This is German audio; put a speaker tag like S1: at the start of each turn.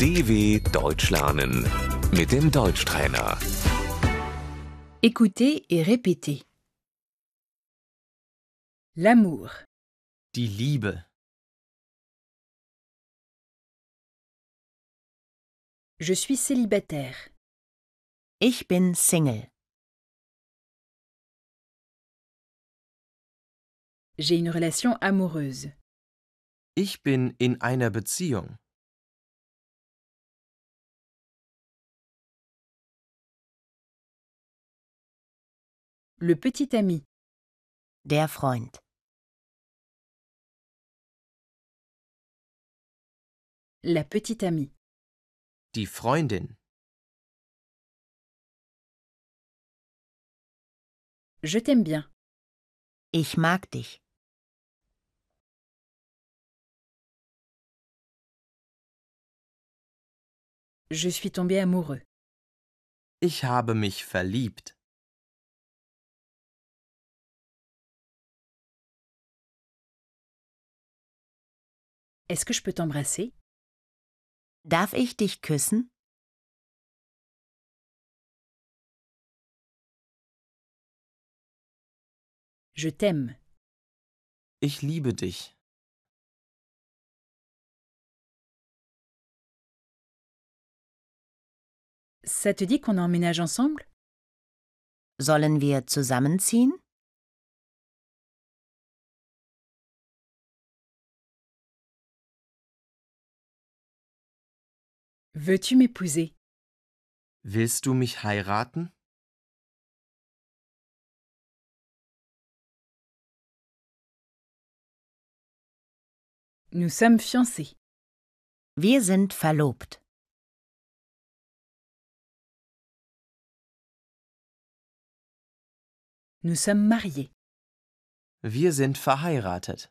S1: DW Deutsch lernen mit dem Deutschtrainer.
S2: Écoutez et répétez. L'amour,
S3: Die Liebe.
S2: je suis célibataire.
S4: Ich bin Single.
S2: J'ai une relation amoureuse.
S3: Ich bin in einer Beziehung.
S2: Le petit ami,
S4: Der Freund.
S2: la petite amie,
S3: Die Freundin.
S2: je t'aime bien,
S4: Ich mag dich.
S2: je suis tombé amoureux.
S3: Ich habe mich verliebt.
S2: Est-ce que je peux t'embrasser
S4: Darf ich dich küssen?
S2: Je t'aime.
S3: Ich liebe dich.
S2: Ça te dit qu'on emménage ensemble
S4: Sollen wir zusammenziehen?
S2: Veux-tu m'épouser
S3: Willst du mich heiraten?
S2: Nous sommes fiancés.
S4: Wir sind verlobt.
S2: Nous sommes mariés.
S3: Wir sind verheiratet.